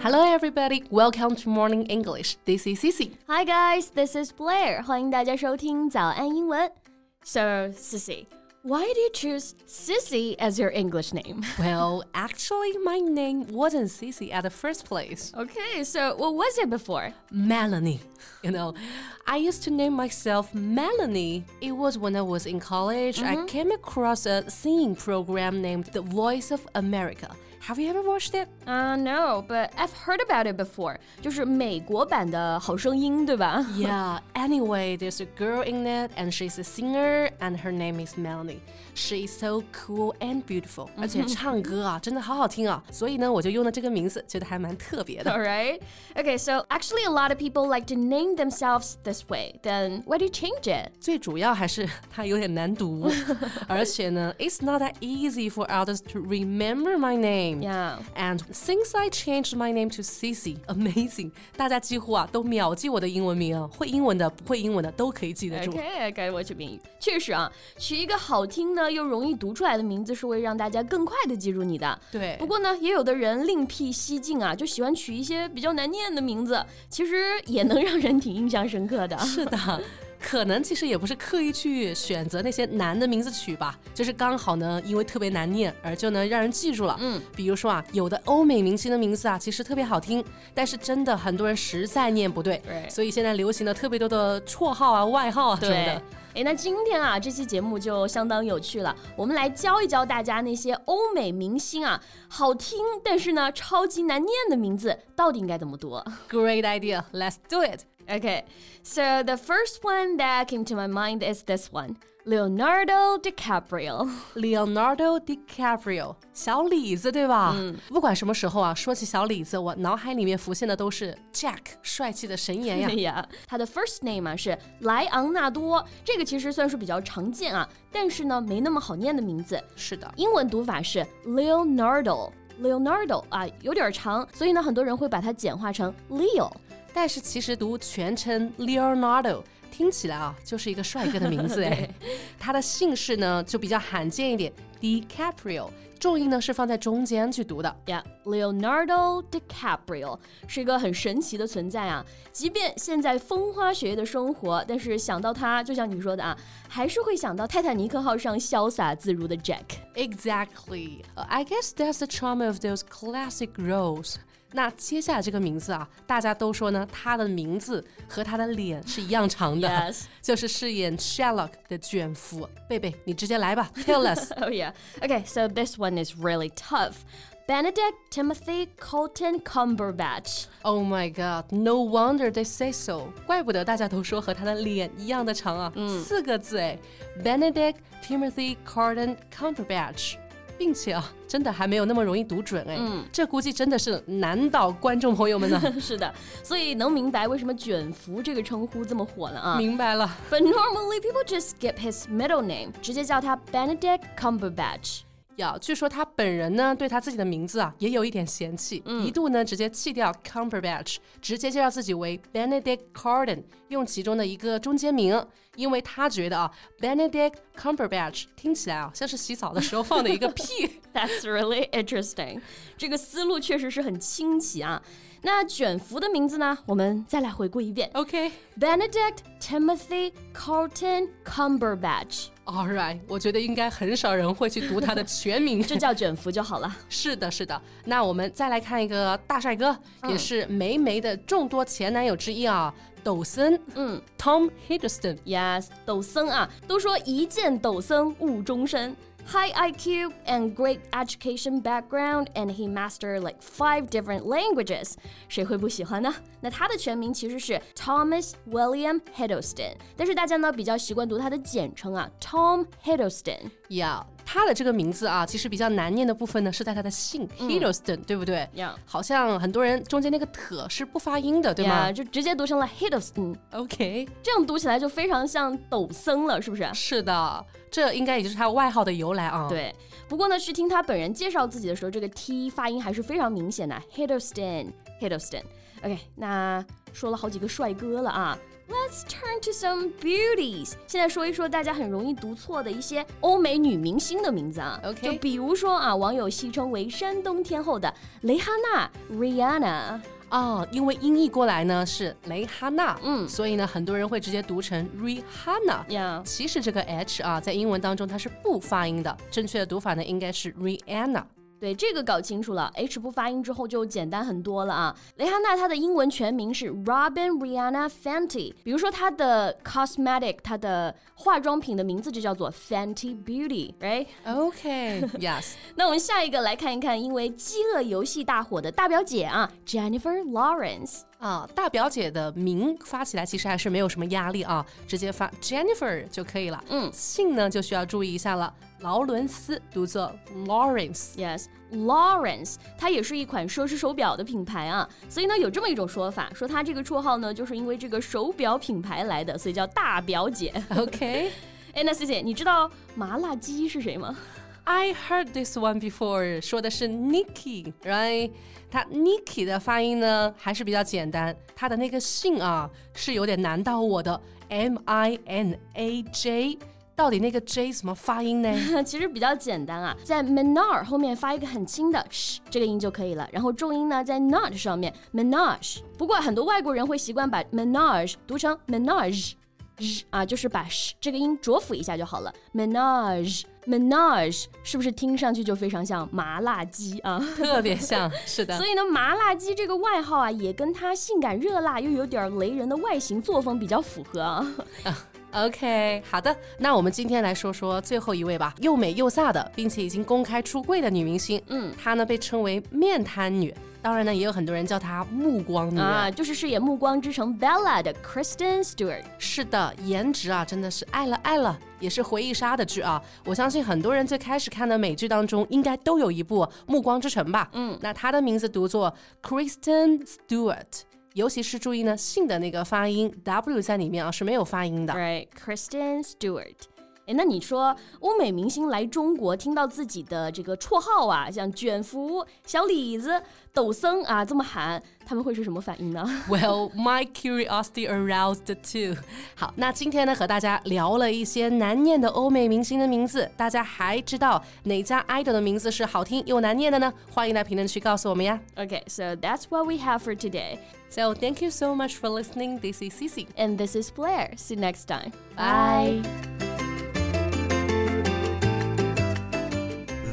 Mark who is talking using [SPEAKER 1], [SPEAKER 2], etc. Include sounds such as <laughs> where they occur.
[SPEAKER 1] Hello, everybody. Welcome to Morning English. This is Cici.
[SPEAKER 2] Hi guys, this is Blair. 欢迎大家收听早安英文。So, Sissy, why do you choose Sissy as your English name?
[SPEAKER 1] Well, actually, my name wasn't Cici at the first place.
[SPEAKER 2] <laughs> Okay, so what was it before?
[SPEAKER 1] Melanie. You know, I used to name myself Melanie. It was when I was in college. I came across a singing program named The Voice of America. Have you ever watched it?
[SPEAKER 2] Uh, no, but I've heard about it before. 就是美国版的好声音，对吧
[SPEAKER 1] Yeah, anyway, there's a girl in it, and she's a singer, and her name is Melanie. She's so cool and beautiful. 而且唱歌啊，真的好好听啊，所以呢，我就用了这个名字，觉得还蛮特别的。
[SPEAKER 2] <laughs> All right. Okay, so actually, a lot of people like to name themselves this way. Then why do you change it?
[SPEAKER 1] 最主要还是 <laughs> 它有点难读，而且呢，It's not that easy for others to remember my name.
[SPEAKER 2] Yeah.
[SPEAKER 1] And since I changed my name to Cici, amazing，大家几乎啊都秒记我的英文名啊，会英文的、不会英文的都可以记得住。
[SPEAKER 2] Okay, I got what you mean. 确实啊，取一个好听呢又容易读出来的名字，是会让大家更快的记住你的。
[SPEAKER 1] 对
[SPEAKER 2] 不过呢，也有的人另辟蹊径啊，就喜欢取一些比较难念的名字，其实也能让人挺印象深刻的。
[SPEAKER 1] 是的，可能其实也不是刻意去选择那些难的名字取吧，就是刚好呢，因为特别难念，而就能让人记住了。嗯，比如说啊，有的欧美明星的名字啊，其实特别好听，但是真的很多人实在念不对，
[SPEAKER 2] Right
[SPEAKER 1] 所以现在流行的特别多的绰号啊、外号啊什么
[SPEAKER 2] 对
[SPEAKER 1] 的。，
[SPEAKER 2] 哎，那今天啊，这期节目就相当有趣了。我们来教一教大家那些欧美明星啊，好听但是呢超级难念的名字到底应该怎么读
[SPEAKER 1] Great idea, let's do it.
[SPEAKER 2] ？Okay, so the first one that came to my mind is this one, Leonardo DiCaprio.
[SPEAKER 1] Leonardo DiCaprio，小李子对吧？嗯，不管什么时候啊，说起小李子，我脑海里面浮现的都是 Jack 帅气的神颜 <laughs> 呀
[SPEAKER 2] 哎。 <laughs> 呀，他的 first name 啊是莱昂纳多，这个其实算是比较常见啊，但是呢没那么好念的名字。
[SPEAKER 1] 是的，
[SPEAKER 2] 英文读法是 Leonardo。Leonardo 啊，有点长，所以呢，很多人会把它简化成 Leo。
[SPEAKER 1] 但是其实读全称 Leonardo 听起来啊，就是一个帅哥的名字哎。他的姓氏呢就比较罕见一点，DiCaprio，重音呢是放在中间去读的。
[SPEAKER 2] 呀、l e o n a r d o DiCaprio 是一个很神奇的存在啊！即便现在风花雪月的生活，但是想到他，就像你说的啊，还是会想到泰坦尼克号上潇洒自如的 Jack。
[SPEAKER 1] Exactly. Uh, I guess that's the charm of those classic roles. 那接下来这个名字啊，大家都说呢，他的名字和他的脸是一样长的
[SPEAKER 2] Yes.
[SPEAKER 1] 就是饰演 Sherlock 的卷福。贝贝，你直接来吧，Tell us.
[SPEAKER 2] <laughs> Oh yeah. Okay, so this one is really tough. Benedict Timothy Colton Cumberbatch. <laughs>
[SPEAKER 1] Oh my god, no wonder they say so. 怪不得大家都说和他的脸一样的长啊，四个字哎，Benedict Timothy Carden Cumberbatch，并且啊，真的还没有那么容易读准哎，这估计真的是难倒观众朋友们呢。
[SPEAKER 2] 是的，所以能明白为什么“卷福”这个称呼这么火了啊。
[SPEAKER 1] 明白了
[SPEAKER 2] But normally people just skip his middle name，直接叫他 Benedict Cumberbatch。
[SPEAKER 1] 呀，据说他本人呢对他自己的名字啊也有一点嫌弃，一度呢直接弃掉 Cumberbatch，直接介绍自己为 Benedict Carden，用其中的一个中间名，因为他觉得啊 Benedict Cumberbatch 听起来啊像是洗澡的时候放的一个屁。
[SPEAKER 2] <laughs> That's really interesting。这个思路确实是很清奇啊。那卷福的名字呢？我们再来回顾一遍
[SPEAKER 1] <laughs> OK。
[SPEAKER 2] ：Benedict Timothy Carlton Cumberbatch，
[SPEAKER 1] All right，我觉得应该很少人会去读他的全 <laughs> 名。
[SPEAKER 2] 就叫卷福就好了。
[SPEAKER 1] 是的，是的。那我们再来看一个大帅哥，也是梅梅的众多前男友之一啊，抖森，嗯，Tom Hiddleston。
[SPEAKER 2] Yes，抖森啊，都说一见抖森误终身。High IQ and great education background, and he mastered like five different languages. 谁会不喜欢呢？那他的全名其实是 Thomas William Hiddleston，但是大家呢比较习惯读他的简称啊，Tom Hiddleston。
[SPEAKER 1] 呀，他的这个名字啊，其实比较难念的部分呢，是在他的姓
[SPEAKER 2] 嗯
[SPEAKER 1] Hiddleston，对不对
[SPEAKER 2] Yeah
[SPEAKER 1] 好像很多人中间那个特是不发音的，对吗
[SPEAKER 2] 呀，就直接读成了 Hiddleston，
[SPEAKER 1] ？OK，
[SPEAKER 2] 这样读起来就非常像抖森了，是不是？
[SPEAKER 1] 是的，这应该也就是他外号的由来啊。，
[SPEAKER 2] 对，不过呢，去听他本人介绍自己的时候，这个 T 发音还是非常明显的。Hiddleston，Hiddleston。OK，那说了好几个帅哥了啊， Let's turn to some beauties。现在说一说大家很容易读错的一些欧美女明星的名字啊。
[SPEAKER 1] OK
[SPEAKER 2] 就比如说啊，网友戏称为“山东天后”的蕾哈娜 （Rihanna）。
[SPEAKER 1] 哦，因为音译过来呢是蕾哈娜，
[SPEAKER 2] 嗯
[SPEAKER 1] 所以呢很多人会直接读成 Rihanna。
[SPEAKER 2] Yeah，
[SPEAKER 1] 其实这个 H 啊，在英文当中它是不发音的，正确的读法呢应该是 Rihanna。
[SPEAKER 2] 对，这个搞清楚了，H 不发音之后就简单很多了啊。蕾哈娜她的英文全名是 Robin Rihanna Fenty，比如说她的 cosmetic，她的化妆品的名字就叫做 Fenty Beauty，right？
[SPEAKER 1] <laughs> OK，Yes，、
[SPEAKER 2] 那我们下一个来看一看，因为《饥饿游戏》大火的大表姐啊，Jennifer Lawrence。
[SPEAKER 1] 啊，大表姐的名发起来其实还是没有什么压力啊，直接发 Jennifer 就可以了。
[SPEAKER 2] 嗯
[SPEAKER 1] 姓呢就需要注意一下了，劳伦斯读作 Lawrence。 <laughs>
[SPEAKER 2] Yes, Lawrence，它也是一款奢侈手表的品牌啊，所以呢有这么一种说法，说它这个绰号呢就是因为这个手表品牌来的，所以叫大表姐。
[SPEAKER 1] OK，I、
[SPEAKER 2] 哎，那 C C，你知道麻辣鸡是谁吗？ <laughs>
[SPEAKER 1] heard this one before，说的是 Nikki，right？它 Nikki 的发音呢还是比较简单，它的那个姓啊是有点难到我的，M I N A J，到底那个 J 怎么发音呢？
[SPEAKER 2] 其实比较简单啊，在 menor 后面发一个很轻的 sh 这个音就可以了，然后重音呢在 not 上面 menage。不过很多外国人会习惯把 menage 读成 menage。日啊，就是把 sh 这个音浊辅一下就好了。menage menage 是不是听上去就非常像麻辣鸡啊？ <laughs>
[SPEAKER 1] 特别像，是的
[SPEAKER 2] 所。以呢，麻辣鸡这个外号啊，也跟它性感热辣又有点雷人的外形作风比较符合啊。 <laughs>
[SPEAKER 1] OK，好的，那我们今天来说说最后一位吧，又美又飒的，并且已经公开出柜的女明星。
[SPEAKER 2] 嗯，
[SPEAKER 1] 她呢被称为面瘫女，当然呢也有很多人叫她目光女。
[SPEAKER 2] 啊，就是饰演《暮光之城》Bella 的 Kristen Stewart。
[SPEAKER 1] 是的，颜值啊真的是爱了爱了，也是回忆杀的剧啊。我相信很多人最开始看的美剧当中，应该都有一部《暮光之城》吧。嗯，那她的名字读作 Kristen Stewart。尤其是注意呢，姓的那个发音 W 在里面啊是没有发音的。
[SPEAKER 2] Right, Kristen Stewart。哎，那你说欧美明星来中国，听到自己的这个绰号啊，像卷福、小李子、抖森啊这么喊，他们会是什么反应呢？
[SPEAKER 1] Well, my curiosity aroused too. 好，那今天呢和大家聊了一些难念的欧美明星的名字，大家还知道哪家 idol 的名字是好听又难念的呢？欢迎来评论区告诉我们呀。
[SPEAKER 2] <laughs> Okay, so that's what we have for today.
[SPEAKER 1] So thank you so much for listening. This is Cici.
[SPEAKER 2] And this is Blair. See you next time.
[SPEAKER 1] Bye.